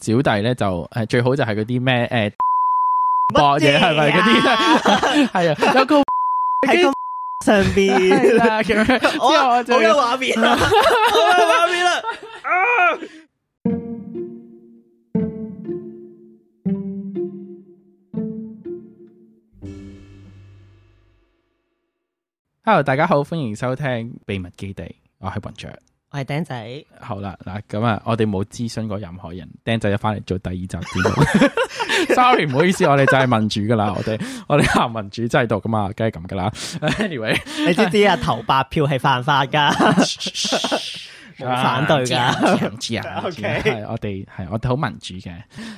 小弟咧就诶最好就係嗰啲咩诶博嘢啊係咪嗰啲 咧？係啊，有個喺個上係边，啦咁樣， 之我後我好就有画面啦，好有画面啊啦。 Hello 大家好，歡迎收聽秘密基地，我係雲雀。我系钉仔，好啦，嗱咁啊，我哋冇諮詢過任何人，釘仔一翻嚟做第二集節目。Sorry，唔好意 思，我哋就係民主噶啦，我哋我哋行民主制度噶嘛，梗係咁噶啦。Anyway，你知唔知啊？投白票系犯法噶， 冇反對㗎唔知啊， OK 係我哋係我哋好民主嘅。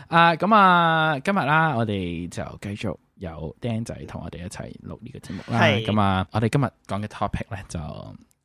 啊，咁啊，今日啦，我哋就繼續有釘仔同我哋一齊錄呢個節目啦。係咁啊，我哋今日講嘅 topic 咧就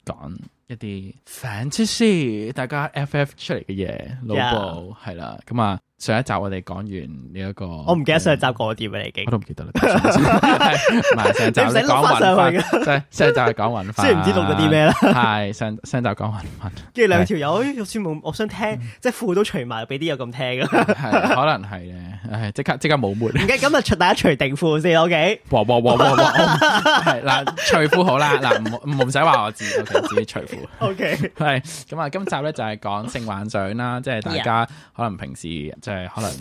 講一啲 fantasy，大家 FF 出嚟嘅嘢，老布係啦。咁啊，上一集我哋講完呢一個，我唔記得上集嗯講啲咩嚟嘅我，都唔記得啦， 唔係上集 你唔使係講碌返上去運法，上上集係講 運法，雖然唔知錄咗啲咩啦係上上集講運法。跟住兩條友，哎我算冇，我想聽，即係褲都除埋，俾啲友咁聽噶。系可能係咧，唉，即刻即刻冇末，唔緊，今日除大家除定褲先，OK？ 哇哇哇哇哇，系嗱，除褲好啦，嗱，唔好唔好唔使話我知，我自己除褲。 OK，係咁啊，今集咧就係講性幻想啦，即係大家可能平時即係可能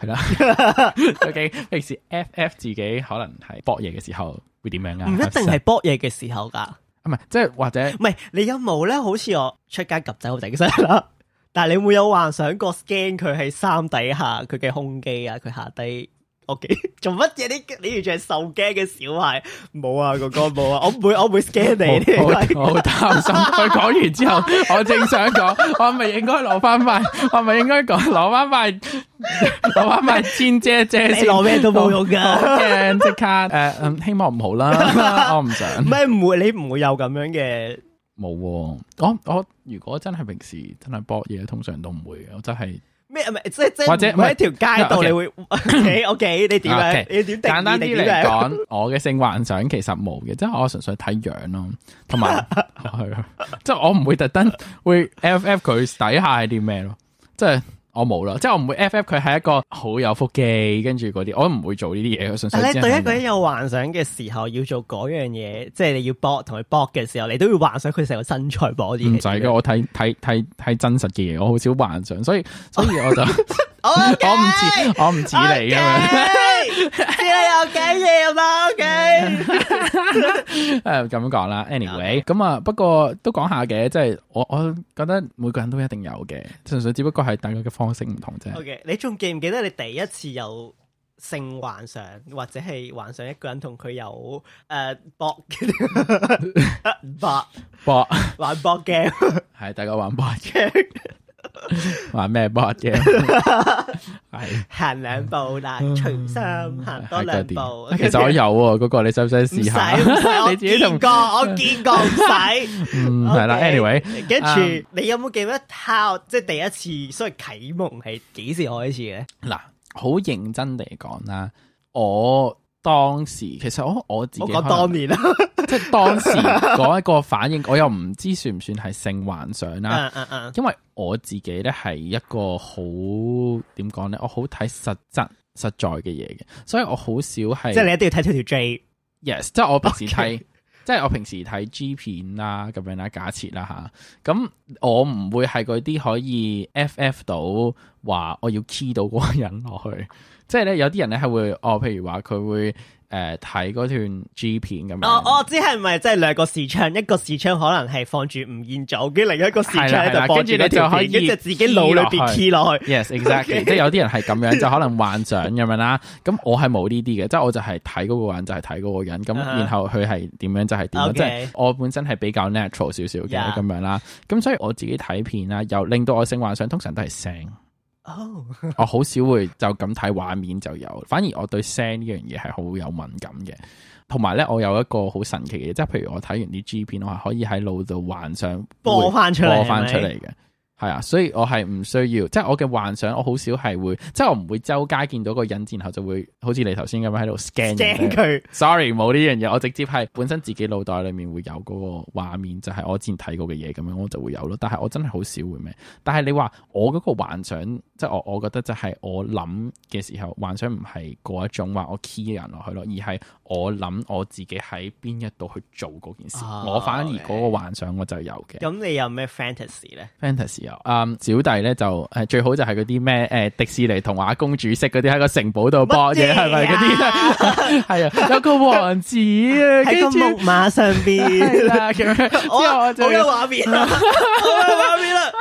係啦 ，OK，平時 FF 自己可能係搏嘢嘅時候會點樣啊？唔一定係搏嘢嘅時候㗎，唔係即係或者唔係你有冇咧？好似我出街及仔好整身啦，但係你會有幻想過 scan 佢喺衫底下佢嘅胸肌啊，佢下 低。OK，做乜嘢？你你完全係受驚嘅小孩，冇啊，哥哥冇啊，我唔會，我唔會 scan 我你呢位。我好擔心佢講完之後，我正想講，我咪應該攞翻塊，我咪應該講攞翻塊，攞翻塊千姐姐你先。攞咩都 冇用好㗎。驚即刻誒，嗯希望唔好啦，我唔想。唔係唔會，你唔會有咁樣嘅冇喎，我我如果真係平時真係搏嘢，通常都唔會嘅，我真係咩？唔係即即或者唔會喺條街度，唔係你會 OK OK？你點樣 OK，？你點定簡單義？啲你嚟點樣？講，我嘅性幻想其實冇嘅，即係我純粹睇樣咯，同 埋係啊，即係我唔會特登會 FF 佢底下係啲咩咯，即係我冇啦，即係我唔會 FF 佢係一個好有腹肌，跟住嗰啲我唔會做呢啲嘢，我純粹但係只你係睇對一個人有幻想嘅時候，要做嗰樣嘢，即係你要搏同佢搏嘅時候，你都要幻想佢成個身材搏啲嘢。唔使嘅，我睇睇睇睇真實嘅嘢，我好少幻想，所以所以我 就我唔 我唔似我唔似你咁樣。樣。知你有幾嘢啊嘛？OK，诶，咁講啦，anyway，咁啊，不過都講下嘅，即係我我覺得每個人都一定有嘅，純粹只不過係大家嘅方式唔同啫。 OK，你仲記唔記得你第一次有性幻想，或者係幻想一個人同佢有誒搏 搏博玩搏 game？係大家玩 b o 嘅， 玩咩 b o 嘅？係行兩步啦，除衫行多兩係步嗰。啲其實我有喎，嗰個你使唔使唔試使下？唔 使，我你自己同見過，我見過唔使。嗯 係啦 OK ，anyway，跟嗯住你有冇記得 how 即係第一次所謂啟蒙係幾時開始嘅？嗱，好認真地講啦，我當時其實我我自己我可能講當年啦，即係當 時嗰一個反應，我又唔知算唔算係性幻想 啦。嗯嗯嗯，因為我自己咧係一個好點講咧，我好睇實質實在嘅嘢嘅，所以我好少係即係你一定要睇條條 J。 yes，即係我平時睇 OK 即係我平時睇 G 片啦咁樣啦，假設啦吓，咁我唔會係嗰啲可以 FF 到話我要 key 到嗰個人落去，即係咧有啲人咧係會哦，譬如話佢會誒睇嗰段 G 片咁樣。我我知係哦咪即係兩個視窗，一個視窗可能係放住吳彥祖，跟住另一個視窗係啦喺係啦度放住嗰條片，跟住你跟就可以住自己腦裏邊 key 落去。 Yes, exactly， Okay 即係有啲人係咁樣，就可能幻想咁樣啦。咁我係冇呢啲嘅，即係我就係睇嗰個人就係睇嗰個人，咁 Uh-huh 然後佢係點樣就係點樣， Okay 即係我本身係比較 natural 少少嘅 Yeah 咁樣啦。咁所以我自己睇片啦，又令到我性幻想通常都係 聲，哦，我好少會就咁睇畫面就有，反而我對聲呢樣嘢係好有敏感嘅。同埋咧，我有一個好神奇嘅嘢，即係譬如我睇完啲 G 片，我係可以喺腦度幻想會播翻出嚟，播翻係咪出嚟嘅。係啊，所以我係唔需要，即係我嘅幻想，我好少係會，即係我唔會周街見到個人，然後就會好似你頭先咁樣喺度 scan 人驚哋佢 Sorry，冇呢樣嘢，我直接係本身自己腦袋裏面會有嗰個畫面，就係、我之前睇過嘅嘢咁樣，我就會有咯。但係我真係好少會咩？但係你話我嗰個幻想，即係我我覺得就係我諗嘅時候，幻想唔係嗰一種話我 key 人落去咯，而係我諗我自己喺邊一度去做嗰件事。啊我反而嗰 OK 個幻想我就有嘅。咁你有咩 fantasy 咧？ fantasy 啊，嗯，小弟咧就誒、最好就係嗰啲咩誒迪士尼童話公主式嗰啲喺個城堡度博嘢乜嘢啊係咪嗰啲？ 係 啊，有個王子啊，跟喺個住 木馬上係 邊，啦咁樣，之 我啊後我我就有畫 面啦，我有畫面啦。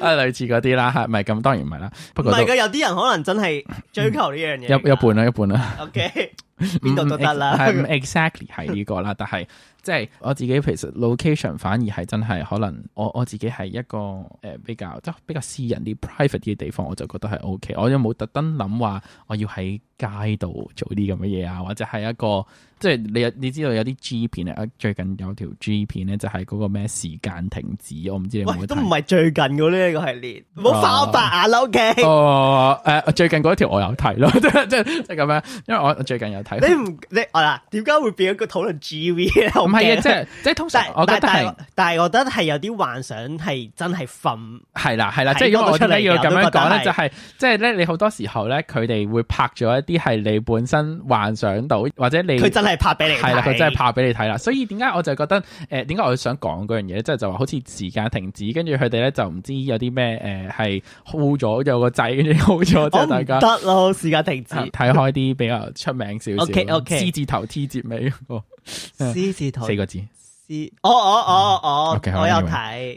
啊類似嗰啲啦，係咪咁？當然唔係啦，不唔過都係噶，有啲人可能真係追求呢樣嘢。一一半啦，一半啦。 O K，邊嗯度都得啦。係唔 exactly 係呢個啦， 但係即係我自己其實 location 反而係真係可能我我自己係一個誒、呃比較即係比較私人啲 private 啲嘅地方，我就覺得係 OK。我又冇特登諗話我要喺街度做啲咁嘅嘢啊，或者係一個即係你有你知道有啲 G 片啊，最近有條 G 片咧就係嗰個咩時間停止，我唔知你有冇喂，都睇唔。係最近嘅呢個系列，唔好化我白眼啦。O K，哦，誒、最近嗰條我有睇咯，即係即係即係咁樣，因為我我最近有睇。你唔你我嗱，點解會變咗個討論 G V 咧？唔唔係啊，即係即係通常但我覺但得係但。但係，我覺得係有啲幻想係真係瞓，係啦，係啦，即係睇如果嗰我度點解要出嚟嘅咁樣講咧，我都覺得係就係即係咧，你好多時候咧，佢哋會拍咗一啲係你本身幻想到，或者你佢真係拍俾你睇。係啦，佢真係拍俾你睇啦。所以點解我就覺得誒，點解我想講嗰樣嘢咧，即係就話好似時間停止，跟住佢哋咧就唔知有啲咩誒係 hold 咗有個掣，跟住 hold 咗，即我係唔大家啊得咯，時間停止。睇開啲比較出名少少 OK，OK C 字頭 T 字尾嗰獅子頭嗯個四個字。獅，哦哦哦哦 OK，，好我有，anyway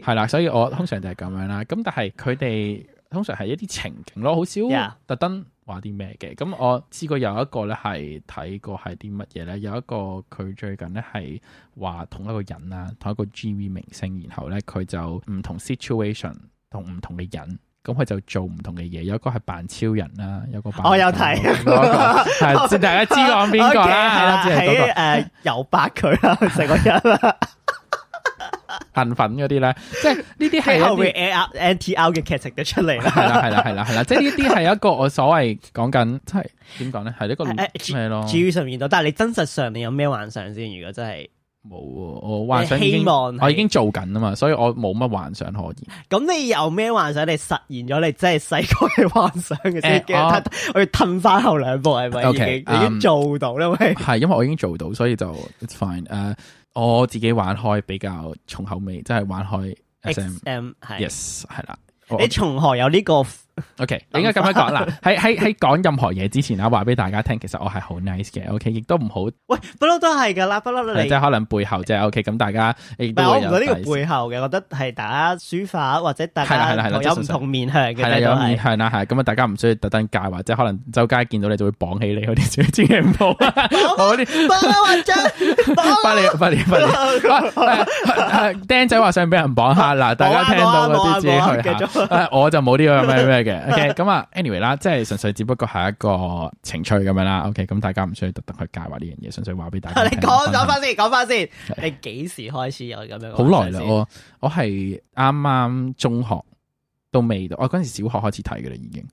睇。係啦，所以我通常就係咁樣啦。咁但係佢哋通常係一啲情景咯，好少 Yeah 特登話啲咩嘅。咁我試過有一個咧係睇過係啲乜嘢咧，有一個佢最近咧係話同一個人啦，同一個 GV 明星，然後咧佢就唔同 situation 同唔同嘅人。咁佢就做唔同嘅嘢，有一個係扮超人啦，有一個扮哦我有睇哦有一個係即係大家知我講邊個 OK，啦，係 啦，即係嗰個係啦，喺誒油白佢啦，成個人啦，恨粉嗰啲咧，即係呢啲係一喺後啲面 A R N T R 嘅劇情都出嚟啦。係啦，係啦，係啦，係啦，即係呢啲係一個我所謂講 緊，即係點講咧，係一個誒誒咩咯？至於上面到，但係你真實上你有咩幻想先？如果真係冇喎，我幻想已你經希望係我已經做緊啊嘛，所以我冇乜幻想 可言。咁，你有咩幻想？你實現咗你真係細個嘅幻想嘅先 誒，跟住我褪我要褪翻後兩步係咪已 OK，經已經嗯做到啦？喂，係因為我已經做到，所以就 it's fine。誒，我自己玩開比較重口味，即係玩開 SM。 X M 係 Yes，係啦。我你從何有呢個 OK，你應該咁樣講啦。喺喺喺講任何嘢之前啊，話俾大家聽，其實我係好 nice 嘅。OK，亦都唔好，喂不嬲都係㗎啦，不嬲都即你。係可能背後啫。OK，咁大家亦唔係都我會唔有覺得呢底個線背後嘅，我覺得係大家書法或者大係啦係啦係家啦有即唔係同面向嘅係啦，啫，有都面係。向啦，係咁啊，大家唔需要特登戒，或者可能周街見到你就會綁起你嗰啲，千祈唔好啊！我啲幫啦，或者 快嚟快嚟快嚟！啊啊釘仔話想俾人綁下， 啊嗱，大家聽到嗰啲自己 去下。啊我就冇呢個咩咩 嘅，OK，咁啊，anyway 啦，即係純粹只不過係一個情趣咁樣啦，OK，咁大家唔需要特登去戒話呢樣嘢，純粹話俾大家 你聽。講咗翻先，講翻先，你幾時開始有咁樣？好耐啦，。我我係啱啱中學都未到，我哦嗰陣時小學開始睇嘅啦，已經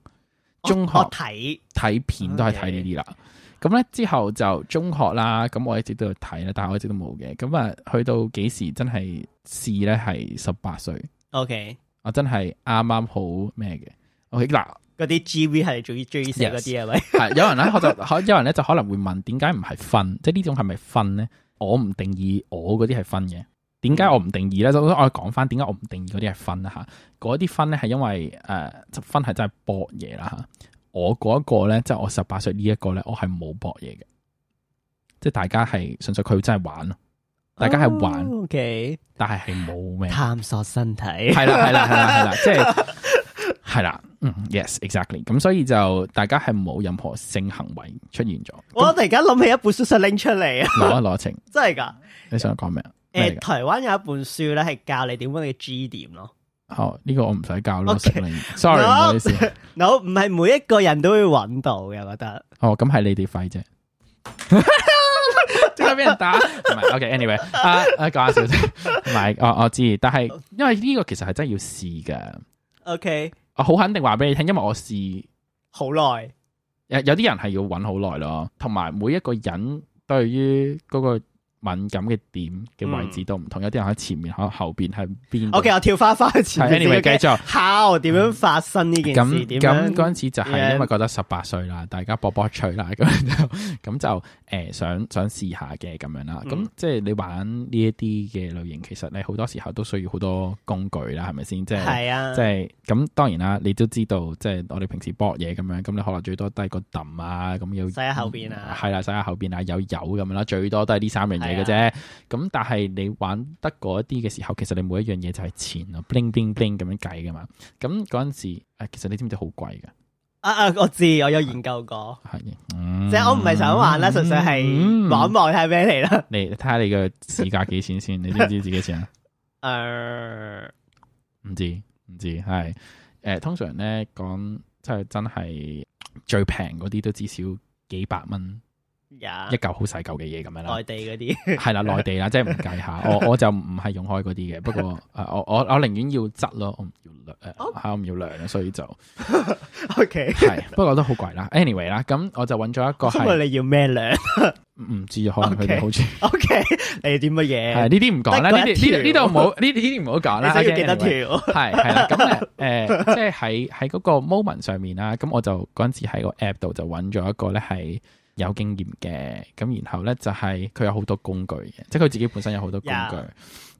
中學我睇睇片都係睇呢啲啦。咁咧之後就中學啦，咁我一直都有睇啦，但係我一直都冇嘅。咁啊，去到幾時真係試咧？係十八歲， OK 我真係啱啱好咩嘅。OK 嗱，嗰啲 GV 係最最死嗰啲係咪？係有人咧，我就可有人咧就可能會問點解唔係分？即係呢種係咪分咧？我唔定義我嗰啲係分嘅。點解我唔定義咧？就我講翻點解我唔定義嗰啲係分啦嚇。嗰啲分咧係因為誒、呃分係真係搏嘢啦嚇。我嗰一個咧，即係我十八歲呢一個咧，我係冇搏嘢嘅，即係大家係純粹佢真係玩咯，大家係玩，哦 OK，但係係冇咩。探索身體。 係啦，係啦，係啦，係啦，即係係啦，嗯，yes，exactly。咁所以就大家係冇任何性行為出現咗。我咁突然間諗起一本書想拎出嚟啊， 攞一攞情，真係㗎。你想講咩啊？咩嚟 誒，㗎台灣有一本書咧，係教你點樣嘅 G 點咯。好，哦呢個我唔使教咯 OK 識你 Sorry，唔好意思。 no，唔係每一個人都會揾到嘅，我覺得。 哦，咁係你哋廢啫。即刻俾人打。唔係 o k a n y w a y 啊啊講下笑啫。唔係，我我知，但係因為呢個其實係真係要試噶。 OK，我好肯定話俾你聽，因為我試好耐，有有啲人係要揾好耐咯，同埋每一個人對於嗰個敏感嘅點嘅位置都唔同，有啲人喺前面，可能後邊係邊度。 OK，我跳翻翻去前面嗯 Anyway，繼續 how 點樣發生呢件事？咁點咁嗰樣陣時就係因為覺得十八歲啦，大家搏搏脆啦，咁就咁就誒、呃想想試下嘅咁樣啦。咁、嗯即係你玩呢一啲嘅類型，其實你好多時候都需要好多工具啦，係咪先？即係係啊即，係咁當然啦，你都知道，即係我哋平時搏嘢咁樣，咁你可能最多低個揼啊，咁要洗喺後邊啊係啦，洗下後邊啊，有油咁樣啦，最多都係呢三樣嘢嘅啊啫。咁但係你玩得嗰一啲嘅時候，其實你每一樣嘢就係錢咯，bling bling bling 咁樣計噶嘛。咁嗰陣時，誒其實你知唔知好貴㗎？啊啊，我知，我有研究過，係，即係我唔係想玩啦，純粹係嗯望一望睇下咩嚟 啦。你睇下你嘅市價幾錢先？你知唔知自己錢啊？誒，唔知唔知係誒，通常咧講即係真係最平嗰啲都至少幾百蚊呀一，嚿好細嚿嘅嘢咁樣啦啊內，地嗰啲 係啦內地啦，即係唔計下，我我就唔係用開嗰啲嘅，不過 誒我我我寧願要質咯，我唔要量誒，哦係我唔要量，所以就 ，OK，係不過都好貴啦。anyway 啦，咁我就揾咗一個因係為你要咩量 唔知啊可能佢哋啊 OK 好似。 ？OK，你要啲乜系嘢呢？啲唔講啦，得呢嗰一啲呢啲呢條度唔好，呢啲呢啲唔好講你啦。想要幾多 anyway？條？係係啦，咁 诶诶，誒即係喺喺嗰個 moment 上面啦，咁我就嗰陣時喺個 app 度就揾咗一個咧係有經驗嘅，咁然後咧就係佢有好多工具嘅，即係佢自己本身有好多工 Yeah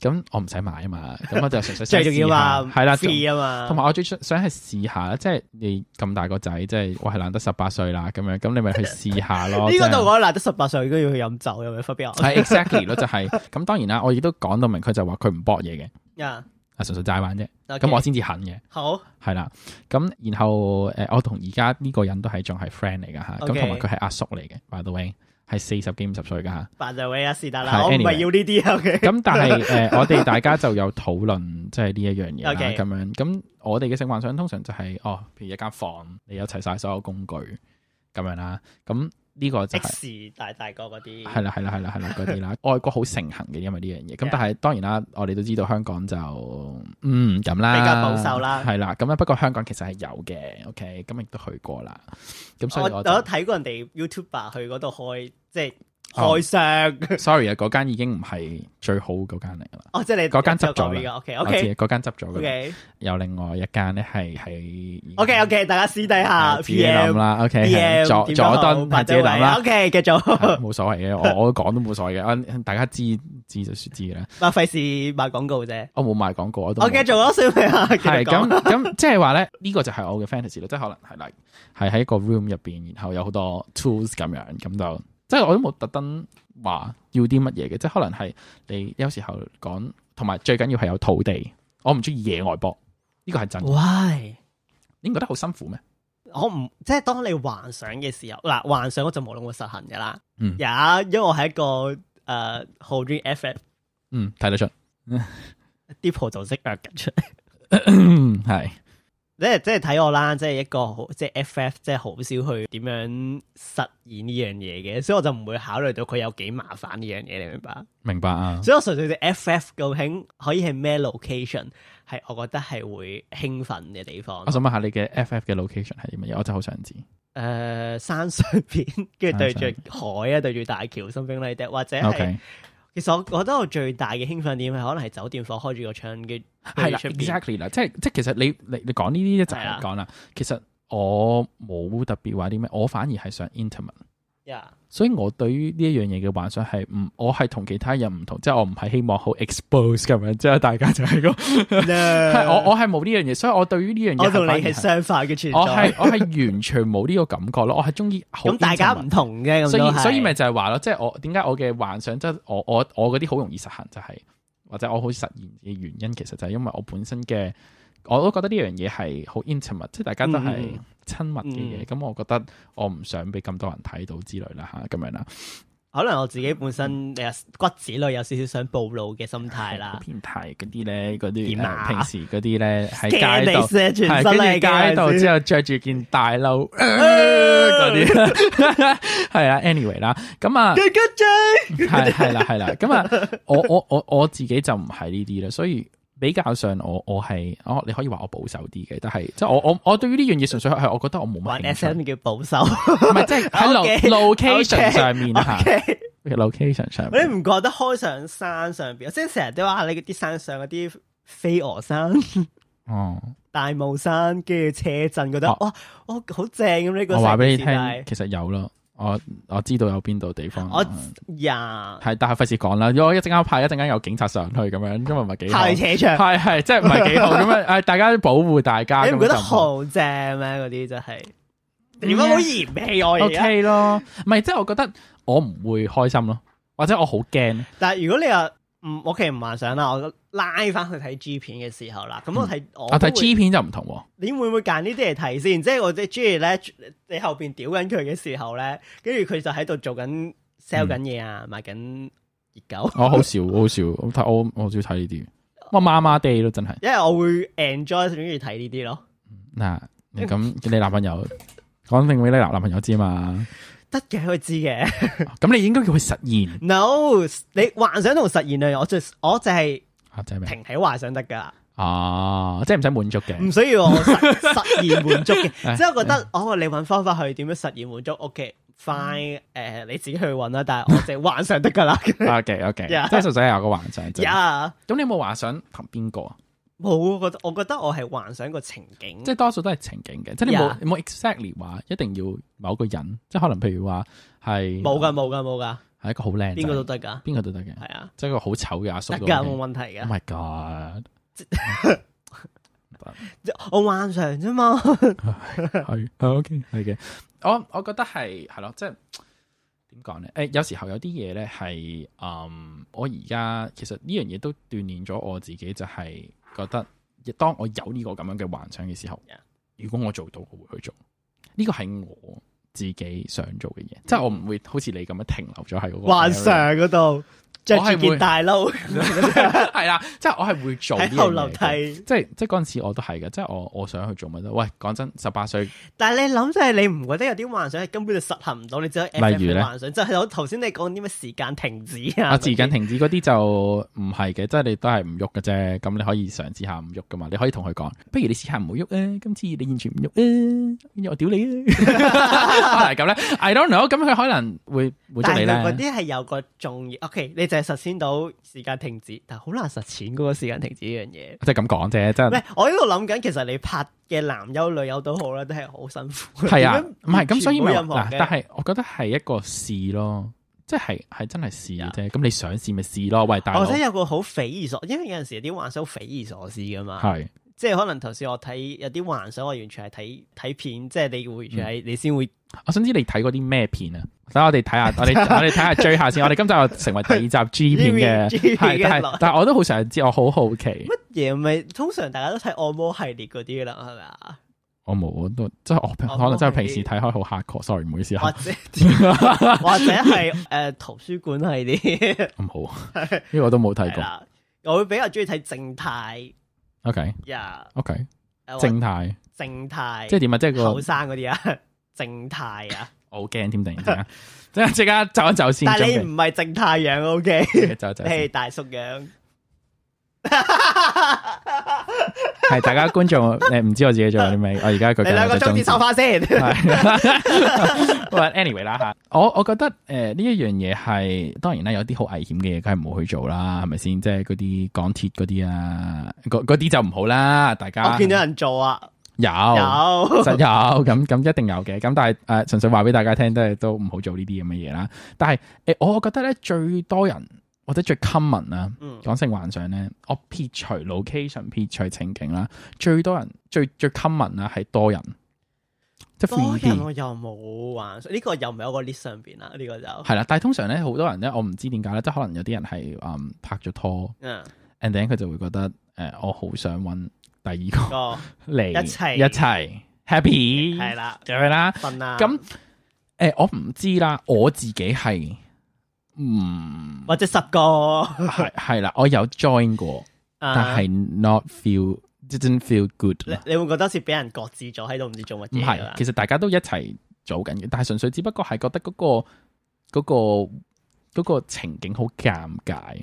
具，咁我唔使買啊嘛，咁我就 純粹想最重要嘛，試下係啦， free 啊嘛，同埋我最想想係試下，即係你咁大個仔，即係我係懶得十八歲啦，咁樣咁你咪去試下咯。 呢即個係同我嗱得十八歲都要去飲酒有咩分別啊？係 exactly 咯，就係咁。當然啦，我亦都講到明，佢就話佢唔搏嘢嘅，呀，啊純粹齋 玩啫。 OK 咁我先至肯嘅，好係啦。咁然後诶、呃我同而家呢個人都係仲係 friend 嚟噶吓，咁 OK 同埋佢係阿叔嚟嘅，by the way 係四十幾五十歲噶吓。扮就位啊，是但啦，係我唔係 anyway 要呢啲啊，OK， 咁但係诶、呃我哋大家就有討論即係呢一樣嘢啦，咁 OK 樣。咁我哋嘅性幻想通常就係哦，譬如一間房，你有齊晒所有工具咁樣啦。咁呢個就係。 X 大大個嗰啲，係啦，係啦，係啦，係啦，嗰 啲啦，外國好盛行嘅，因為呢樣嘢。咁 Yeah. 但係當然啦，我哋都知道香港就嗯咁啦，比較保守啦係啦。咁啊，不過香港其實係有嘅，OK，咁亦都去過啦。咁所我以我我都就睇過人哋 YouTuber 去嗰度開，即係哦開箱，sorry 啊，嗰間已經唔係最好嗰間嚟㗎啦。哦，即係你嗰間執咗啦嘅，OK 我知 OK 嗰間執咗㗎啦， OK 有另外一間咧係喺 OK OK，大家私 底下自己諗 PM 啦，OK，係 PM 佐點佐都好敦係自己諗啦。 ，OK 繼 係續，冇所謂嘅，我我講都冇所謂嘅啊，大家知知就知嘅啦。咪費事賣廣告啫。我冇賣廣告，我都冇我繼續咯，小明啊，繼係續咁講。咁，即係話咧，呢個就係我嘅 fantasy 咯，即係可能係 like 係喺一個 room 入邊，然後有好多 tools 咁樣，咁就即係我都冇特登話要啲乜嘢嘅，即係可能係你有時候講，同埋最緊要係有土地，我唔中意野外搏，呢個係真嘅。喂，哦你唔覺得好辛苦咩？我唔即係當你幻想嘅時候，嗱幻想我就無論會實行噶啦。嗯有，因為我係一個誒好中意 FF 嗯，睇得出，啲葡萄式嘅緊出係即係即係睇我啦，即係一個好即係 FF，即係好少去點樣實現呢樣嘢嘅，所以我就唔會考慮到佢有幾麻煩呢樣嘢，你明白？明白啊。所以我純粹對 FF 究竟可以係咩 location 係我覺得係會興奮嘅地方我。想問下你嘅 FF 嘅 location 係啲乜嘢？我真係好想知。誒、山上邊，跟住對山住海啊，對住大橋，something like that，或者係 OK，其實我覺得我最大嘅興奮點係可能係酒店房開住個窗，跟住係啦出啊邊，exactly 啦，即係即係其實你你你講呢啲就係講啦，其實我冇特別話啲咩，我反而係想 intimate，呀所以我對於呢一樣嘢嘅幻想係唔，我係同其他人唔同，即係我唔係希望好 expose 咁樣，即係大家就係個 係 我我係冇呢樣嘢，所以我對於呢樣嘢我同你係反係而係相反嘅存我哦係啊在，我係完全冇呢個感覺咯，我係中意好咁大家 intimate 唔同嘅，咁所都以係所以咪就係話咯，即係我點解我嘅幻想即係我我我嗰啲好容易實行就係、或者我好實現嘅原因，其實就係因為我本身嘅我都覺得呢樣嘢係好 intimate，即係大家都嗯係嗯親密嘅嘢，咁、我覺得我唔想俾咁多人睇到之類啦嚇咁樣啦。可能我自己本身誒骨子裏有少少想暴露嘅心態啦好。變態嗰啲咧，嗰點啲、啊平時嗰啲咧 喺 Scan 街你度，先全係身跟住嚟嘅街度之後着住件大 褸嗰啲， 係啊，anyway 啦，咁啊。嘅骨仔，系系啦系啦，咁啊，我我我我自己就唔係呢啲啦，所以比較上我我係，我你可以話我保守啲嘅，但係即系我我我对于呢樣嘢純粹係我覺得我冇玩乜興趣 SM 叫保守。唔係即係喺 Okay, lo- location 上面吓 OK， ，location 上你面唔覺得開上山上邊，即係成日都話你啲山上嗰啲飛鵝山、哦，大霧山，跟住車震，覺得哦哇，我好正咁呢個。我話俾你聽，其實有咯，我我知道有邊度地方，我係呀，但係費事講啦，如果我一陣間派一陣間有警察上去咁樣，因為唔係幾好太，扯長，係係即係唔係幾好咁樣， 诶，大家保護大家，你唔覺咁得就好正咩？嗰啲真係嗯點解好嫌棄我 O 而家？ K 咯，唔係即係我覺得我唔會開心咯，或者我好驚，但係如果你話唔我其唔幻想啦，我拉翻去睇 G 片嘅時候啦，咁我睇我嗯啊我睇都會 G 片就唔同喎，你會唔會揀呢啲嚟睇先？即係我哋中意咧，你後邊屌緊佢嘅時候咧，跟住佢就喺度做緊 sell 嗯緊嘢啊，賣緊熱狗。我好 少我好少，我睇我我好少睇呢啲，我麻麻地咯，真係因為我會 enjoy 中意睇呢啲咯。嗱，嗯你咁你男朋友講定俾你男男朋友知 嘛，得嘅，佢知嘅。咁你應該叫佢實現 no，你幻想同實現啊，我就我就係啊，即係咩停嗯喺幻想得㗎啦，啊，即係唔使滿足嘅， 唔需要我實實現滿足唉嘅。即係我覺哎得，哦，你揾方法去點樣實現滿足？OK，快誒，你自己去揾啦。但係我就幻想得 㗎啦。 O K O K，即 Yeah 係純粹係有個幻想啫。呀，咁你有冇話想同邊個啊？冇，我覺得我覺得我係幻想個情景。即係多數都係情景嘅，即係你冇嗯 Yeah 冇 exactly 話一定要某個人，即係可能譬如話係哦冇噶，冇噶，冇噶，係一個好靚邊個仔都得噶，邊個都得嘅，係啊，即係一個好醜嘅阿叔得都噶， OK 冇問題 Oh 噶。 my god！ 即我幻想啫嘛，係係啊 OK 係嘅，我我覺得係係咯，即係點講咧？誒、有時候有啲嘢咧係嗯，我而家其實呢樣嘢都鍛鍊咗我自己，就係、覺得當我有呢個咁樣嘅幻想嘅時候 Yeah 如果我做到，我會去做。呢個係我自己想做嘅嘢，即係我唔會好似你咁樣停留咗喺嗰個幻 area 想嗰度着我係會住件大褸係啦，即係我係會做呢樣喺嘢嘅後樓。梯，即係即係嗰陣時我都係嘅，即係我我想去做乜都，喂，講真，十八歲但係你諗就係你唔覺得有啲幻想係根本就實行唔到，你只可以例如 FF 呢嘅幻想，就係我頭先你講啲咩時間停止啊，啊，自緊停止嗰啲就唔係嘅，即係你都係唔喐嘅啫。咁你可以嘗試下唔喐噶嘛，你可以同佢講，不如你試下唔好喐啊，今次你完全唔喐啊，跟住我屌你 啊，可能係咁咧，I don't know，咁佢可能會滿足但你係佢嗰咧。啲係有個重要，OK，你就係實踐到時間停止，但係好難實踐嗰個時間停止呢樣嘢。即係咁講啫，真唔係係，我喺度諗緊，其實你拍嘅男優女優都好啦，都係好辛苦。係啊 點樣，唔係咁，所以咪話冇任何嗱，嘅但係我覺得係一個試咯，即係係真係啊試啫。咁你想試咪試咯，喂大我佬覺得有個好匪夷所，因為有陣時有啲幻想好匪夷所思噶嘛，係。即係可能頭先我睇有啲幻想，我完全係睇睇片，即係你會完全嗯係你先會我想知你睇過啲咩片啊？等我哋 睇下，我哋我哋睇下追下先。我哋今集又成為第 二集 G 片 G 嘅，片係但嘅內係但係我都好想知，我好好奇。乜嘢咪通常大家都睇按摩系列嗰啲㗎啦，係咪啊？我冇，我都即係我平我可能真係都係平時睇開好 hardcore，sorry 唔好意思或啊，者 或者係誒、呃、圖書館系列唔好，呢個我都冇睇係過。啦，我會比較中意睇靜態 OK 呀， OK，呃正太或靜態即係點啊？即係個後生嗰啲啊， 靜態啊，我好驚添，突然之間， 即係即刻走一走先，但係你準唔係靜態樣，OK， 備走一你走係先。大叔樣。係大家觀眾，你唔知我自己做緊啲 咩？我而家佢你兩個中 指收翻先。係 But anyway 啦吓，我我覺得誒呢一樣嘢係當然啦，有啲好危險嘅嘢，梗係唔好去做啦，係咪先？即係嗰啲港鐵嗰啲啊，嗰嗰啲就唔好啦，大家我見到人做啊，有有實有咁咁一定有嘅，咁但係誒、呃、純粹話俾大家聽，都係都唔好做呢啲咁嘅嘢啦。但係誒、呃我覺得咧最多人或者最 common 啦，嗯講性幻想咧，我撇除 location 撇除情景啦，最多人最最 common 啦係多人，即係多 free 啲人。我又冇玩，呢個又唔係我個 list 上邊啦，呢個就係啦，但係通常咧，好多人咧，我唔知點解咧，即係可能有啲人係嗯拍咗拖嗯，and then 佢就會覺得誒、呃我好想揾第二個 個嚟一齊一齊 happy 係啦，咁樣啦。瞓啦。咁誒、呃我唔知啦，我自己係嗯，或者十個，系系啦，我有 join 過，但但係 not feel didn't feel good 你啦。你會覺得好似俾人擱置咗喺度，唔知做乜唔嘢㗎係，啦其實大家都一齊做緊嘅，但係純粹只不過係覺得嗰、個嗰、個嗰、個情景好尷尬。啊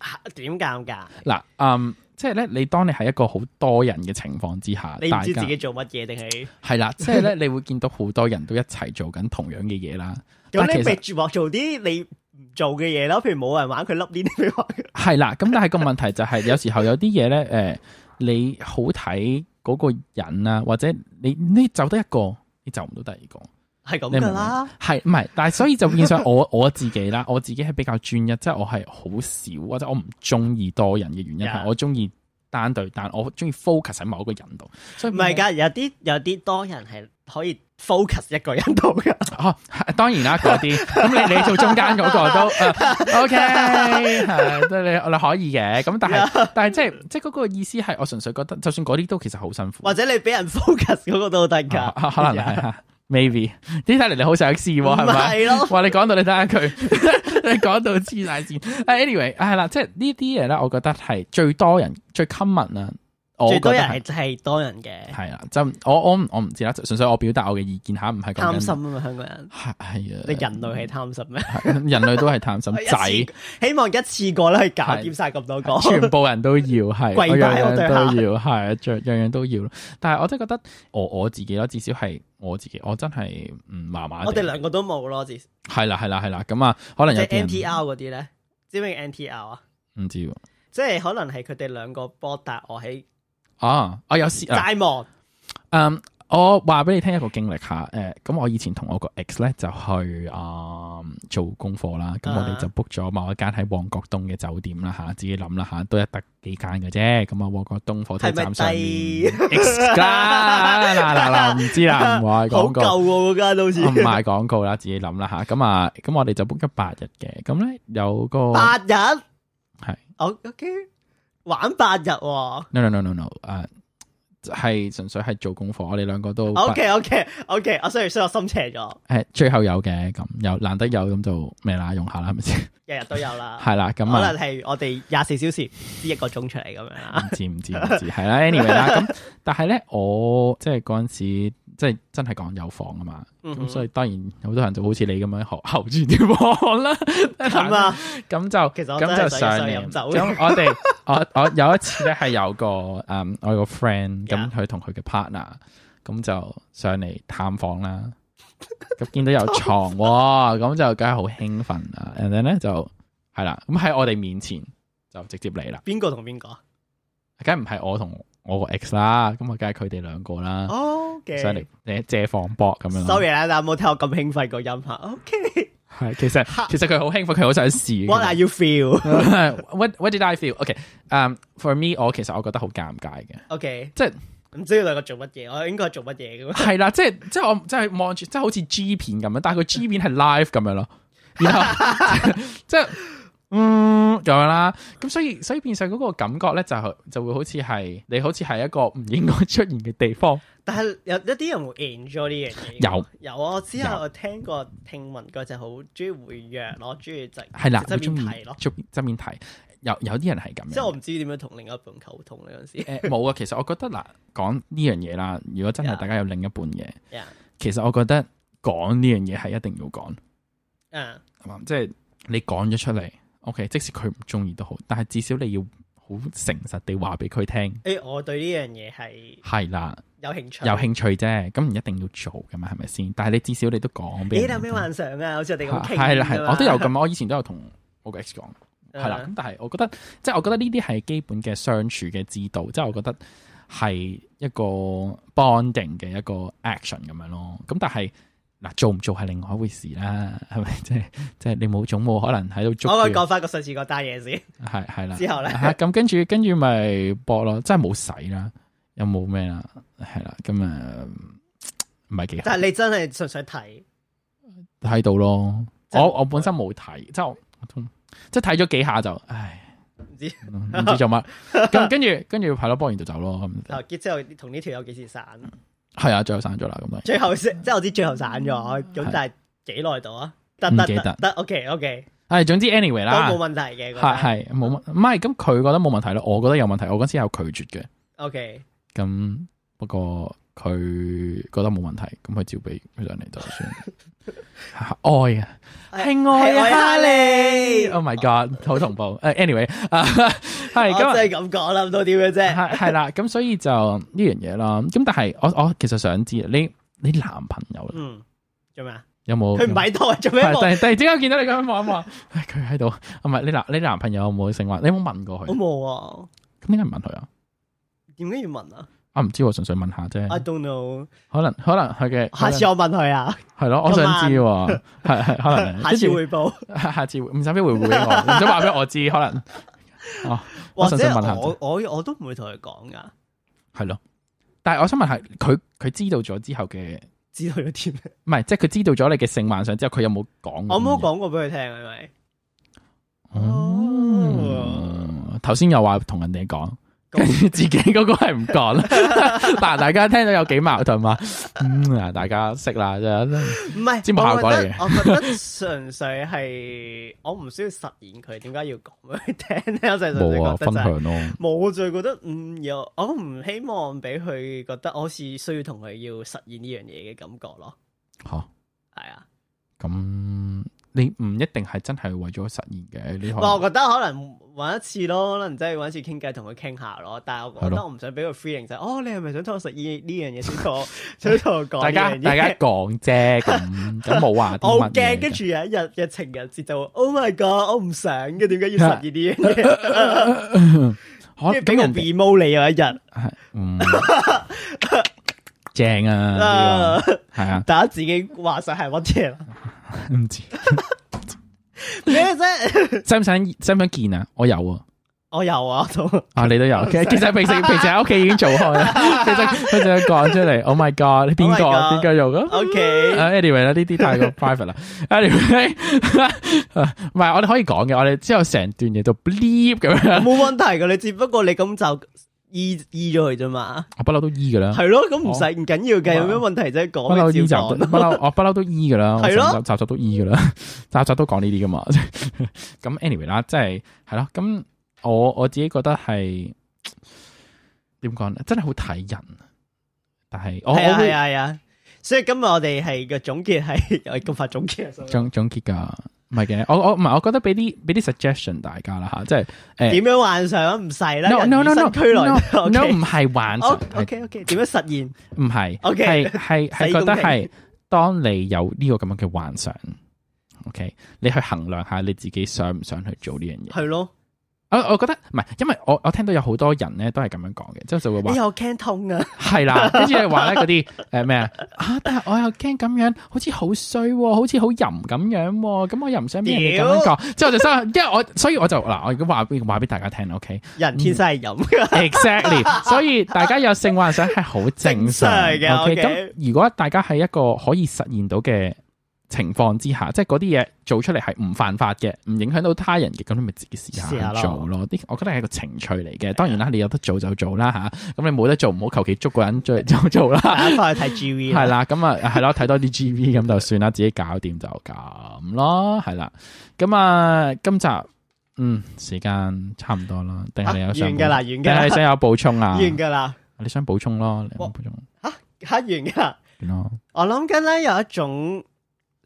嚇點尷尬？嗱，嗯，即係咧，你當你喺一個好多人嘅情況之下，你唔大知家自己做乜嘢定係？係 啦，即係咧，你會見到好多人都一齊做緊同樣嘅嘢啦。但咁其你實咪住話做啲你唔做嘅嘢咯，譬如冇人玩佢笠呢啲俾 玩。係啦，咁但係個問題就 係、有時候有啲嘢咧，诶、你好睇嗰個人啊，或者你你就得一個，你就唔到第二個。係咁你明噶唔明啦，？係唔係？但係所以就變相 我我自己啦，我自己係比較專一，即係我係好少或者我唔中意多人嘅原因 Yeah. 係我中意單對單，我中意 focus 喺某一個人度。所以唔係㗎，有啲有啲多人係可以 focus 一個人度㗎。 哦，當然啦，嗰啲咁你你做中間嗰個都、呃 OK，係 都你你可以嘅。咁但係但係即係即係嗰個意思係，我純粹覺得，就算嗰啲都其實好辛苦。或者你俾人 focus 嗰個都得㗎，啊 可能係啊，maybe 呢睇嚟你好想試喎，係唔咪？係咯？哇！你講到你睇下佢， 你講到黐晒線。啊 anyway，係啦，即係呢啲嘢咧，我覺得係最多人最 common 啊。我最覺多得人係係係多人嘅係啦，就我我唔我唔知啦，純粹我表達我嘅意見吓，唔係講緊貪心啊嘛，香港人，係係啊，你人類係貪心咩？人人類都係貪心 仔，希望一次過咧去搞掂晒咁多個，全部人都要 係，我跪樣拜我樣對都要係，樣樣樣都要咯。但係我真係覺得我我自己咯，至少係我自己，我真係唔麻麻地。 我哋兩個都冇咯，至少係啦係啦係啦，咁啊，可能即有係啲人 NTR 嗰啲咧，知唔知 NTR 啊？唔知喎即係可能係佢哋兩個波達我喺啊，我有試啊。齋望。嗯，我話俾你聽一個經歷吓，誒、咁我以前同我個 ex 咧就去啊、嗯做功課啦，咁我哋啊就 book 咗某一間喺旺角東嘅酒店啦吓，自己諗啦吓，都係得幾間嘅啫，咁啊旺角東火車站上面 係 ex 啦，嗱嗱嗱，唔知 啦，唔話好廣舊告。喎嗰間都好似唔賣廣告啦，自己諗啦吓，咁啊，咁我哋就 book 咗八日嘅，咁咧有個八日係我 Ờ, OK 玩八日喎。 no no no no no，誒啊係純粹係做功課，我哋兩個都不 OK OK OK，我 sorry，所以我心邪咗，诶，最後有嘅，咁有難得有咁就咩啦，用下啦，係咪先？日日都有啦。係啦，咁可啊，能係我哋廿四小時撕一個鐘出嚟咁樣啦。唔知唔知唔知，係啦，anyway 啦， 咁但係咧，我即係嗰阵时，即係真係講有房啊嘛，嗯咁哼所以當然有好多人就好似你咁樣後后住啲房 啦， 咁啊，咁就其實我真咁就係想上上嚟飲酒咁我哋 我我有一次咧係有個嗯，我有個 friend 咁 Yeah 佢同佢嘅 partner 咁就上嚟探訪啦，咁見到有床喎，咁就梗係好興奮啦。And then 咧就係啦，咁喺我哋面前就直接嚟啦，邊個同邊個？梗唔係我同我個 ex 啦，咁啊梗係佢哋兩個啦，哦，OK，上嚟借借房搏咁樣咯。 Sorry 啦，但冇睇我咁興奮個音嚇。OK，What 係其實其實佢好興奮，佢好想試。 are you feel？OK， what what did I feel? Okay, um, for me，我其實我覺得好尷尬嘅，即係唔知你兩個做乜嘢，我應該做乜嘢咁啊？係啦，即係即係我即係望住，即係好似 G 片咁樣，但係個 G 片係 live 咁樣咯，然後 即係嗯咁樣啦，咁所以所以變相嗰個感覺咧就係就會好似係你好似係一個唔應該出現嘅地方，但係有一啲人會 enjoy 呢樣嘢。有有啊，我之有後我聽過聽聞過就好中意回約咯，中意就係啦，側中面意睇咯。側面側面睇，有有啲人係咁即係我樣。唔知點樣同另一半溝通呢嗰陣時。誒冇啊，其實我覺得嗱，講呢樣嘢啦，如果真係 Yeah. 大家有另一半嘅 Yeah. 其實我覺得講呢樣嘢係一定要講。嗯，係嘛？即係你講咗出嚟，OK，即使佢唔中意都好，但係至少你要好誠實地話俾佢聽，誒，我對呢樣嘢係係啦，有興趣。有興趣啫，咁唔一定要做噶嘛，係咪先？但係你至少你都講俾咦，人你有咩聽。幻想啊？好似我哋咁傾係啦係㗎啦，嘛我都有咁，我以前都有同我個 ex 講，係啦。嗯咁但係我覺得，即係我覺得呢啲係基本嘅相處嘅之道，即係我覺得係一個 bonding 嘅一個 action 咁樣咯。咁但係嗱，做唔做係另外一回事啦，係咪？即係即係你冇總冇可能喺度捉我住啊講翻個上次嗰單嘢先，系系啦，之後呢嚇咁跟住跟住咪搏咯，真係冇使啦，又冇咩啦，係啦，咁啊唔係幾好但係你真係純粹睇，睇到咯。真係我我本身冇睇，即係我我都即係睇咗幾下就，唉，唔知唔知 做乜。咁跟住跟住係咯，幫完就走咯。咁頭啊結之後同呢條友幾時散？係啊，最後散咗啦，咁樣最後即係我知最後散咗，咁但係幾耐到啊？得嗯唔得記得得得，OK OK，唉，總之 anyway 都啦冇，問題嘅。係係冇問，唔係咁佢覺得冇問題咯，我覺得有問題，我嗰陣時有拒絕嘅， O K，咁不過佢覺得冇問題，咁佢照俾佢上嚟就 算，嚇愛啊，哎係愛啊哈利，Oh my God，好 同步，誒 anyway，啊 係我咁啊真係咁講啦，諗到點嘅啫。系系啦，咁所以就呢樣嘢啦。咁但係我我其實想知啊你你男朋友嗯，做咩啊？有冇？佢唔喺度啊，做咩係突我然突然之間見到你咁樣望一望，唉 佢喺度，唔係你男你男朋友有冇性話？你有冇問過佢？我冇啊？咁點解唔問佢啊？點解要問啊我唔知喎，純粹問下？I 啫。 don't know。可能可能佢嘅下次我問佢啊，係咯，我想知喎，係係可能 下次匯報，跟住下次會唔使俾回 回我，唔使話俾我知，可能哦，我或純者粹問下啫我我我都唔會同佢講噶，係咯。但係我想問下佢佢知道咗之後嘅。知道咗啲咩？唔係，即係佢知道咗你嘅性幻想之後，佢有冇講？我冇。講過俾佢聽，啊係咪？哦，頭先又話同人哋講，跟住自己嗰個係唔講 啦。但大家聽到有幾矛盾嘛？嗯啊，大家識啦，真係 唔係節目效果嚟嘅我覺得我覺得純粹係我唔需要實現佢，點解要講俾佢聽咧？我就係純粹冇啊，覺得分就係享咯。冇，我就係覺得嗯有，我唔希望俾佢覺得我好似需要同佢要實現呢樣嘢嘅感覺咯。吓，係啊，咁你唔一定係真係為咗實現嘅，你可不過我能覺得可能玩一次咯，可能真係玩一次傾偈同佢傾下咯。但係我覺係得咯我唔想俾佢 feeling 就係哦，你係咪想同我實現呢樣嘢先同我想同我講 大家 呢樣嘢大家講啫，咁咁冇話我好啲乜驚，嘢跟嘅。住有一日嘅情人節就 Oh my God，我唔想嘅，點解要實現呢樣啊 嘢？可跟住俾人俾 emo 你有一日，係嗯正 啊，啊呢個係啊，大家自己話晒係乜嘢啦？唔知。咩啫？ 使唔使使唔使見啊？我有啊，我有啊，我都啊你都有，其實其實平時平時喺屋企已經做開 啦，其實佢就講出嚟，Oh my God，邊 Oh 個 my God 邊個用 啊 OK。啊？Anyway 啦，呢啲太 過 private 啦。Anyway，唔啊係我哋可以講嘅，我哋之後成段嘢就 bleep 咁樣，冇問題噶，你只不過你咁就醫醫咗佢啫嘛，我不嬲都醫噶啦，係咯，咁唔使唔緊要嘅，好有啊咩問題啫？不嬲講醫就你照不講，嬲，哦我不嬲都醫噶啦， 我係咯成集集集都醫噶啦， 集集都講呢啲噶嘛。 咁 anyway 啦，即係係咯，咁我我自己覺得係點講咧，真係好睇人。但係我係我啊係會啊係啊，所以今日我哋係 個總結係又係咁快總結啊，sorry 總總結㗎，唔係嘅，我我唔係，我覺得俾啲俾啲 suggestion 大家啦吓，即係誒點樣幻想唔使啦 no no no no 人與生俱來 no no 唔係幻想， O K O K，點樣實現？唔係哦 OK 係係係洗覺公得平係當你有呢個咁樣嘅幻想，OK，你去衡量下你自己想唔想去做呢樣嘢。係咯，我我覺得唔係，因為我我聽到有好多人咧都係咁樣講嘅，即係就會話哎呀，我 can 痛啊，係 啦，跟住係話咧嗰啲誒咩啊，啊但係我又驚咁樣，好似好衰喎，好似好淫咁樣喎，咁我又唔想俾人哋咁樣講，之後我就心諗，因為我所以我就嗱，我而家話俾話俾大家聽，OK，exactly，人天生係飲 嘅， 所以大家有性幻想係好正常正常嘅，OK， OK 咁如果大家喺一個可以實現到嘅情況之下，即係嗰啲嘢做出嚟係唔犯法嘅，唔影響到他人嘅，咁你咪自己試下試下去咯啊做咯。啲我覺得係一個情趣嚟嘅，當然啦，你有得做就做啦吓，咁你冇得做，唔好求其捉個人 追就做啦。大家翻去睇 G V 係，啦，咁啊係咯，睇多啲 G V 咁就算啦，自己搞掂就咁咯，係啦。咁啊，今集嗯時間差唔多啦，定係你有想啊完㗎啦完㗎啦定係你 想有補充啊？完㗎啦，你想補充咯，你有冇補充嚇完㗎啦。完咯。我諗緊咧有一種，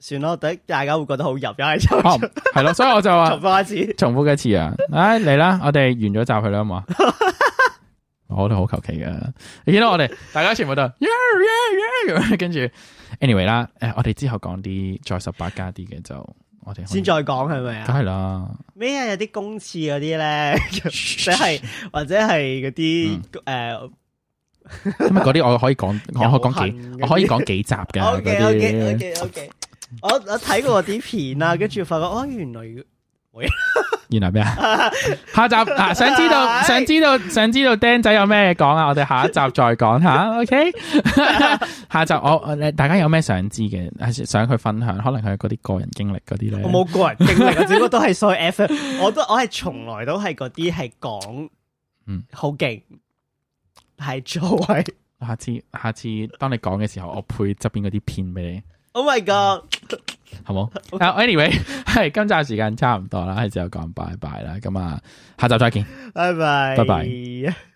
算啦，我覺得大家會覺得好入，又係重哦，係咯，所以我就話 重複一 次。重複一次啊！唉，嚟啦，我哋完咗集佢啦，好 嘛？我都好求其嘅，你見到我哋大家全部都 yeah yeah yeah 咁樣，跟住 anyway 啦，誒，我哋之後講啲再十八加啲嘅就我哋可以先再講係咪梗啊？係 啦。咩啊？有啲公廁嗰啲咧， 即係或者係嗰啲诶咁啊，嗰啲我可以講，我可以 講幾，我可以講幾集嘅嗰 O K O K O 啲。 K O K。我我睇過啲片啦，跟住發覺哦，原來原來咩啊？ 下集啊，想知道，唉想知道，想知道釘仔有咩講啊？我哋下一集再講 下。OK，下集我呃大家有咩想知嘅，想去分享，可能佢嗰啲個人經歷嗰啲咧。我冇個人經 歷，我只不過都係所有 F M，我都我係從來都係嗰啲係講，嗯，好勁，係作為下次下次當你講嘅時候，我配側邊嗰啲片俾你。 Oh my God，好 冇？啊，anyway，系今集嘅時間差唔多啦，係時候講拜拜啦，咁啊，下集再見。拜拜，拜拜。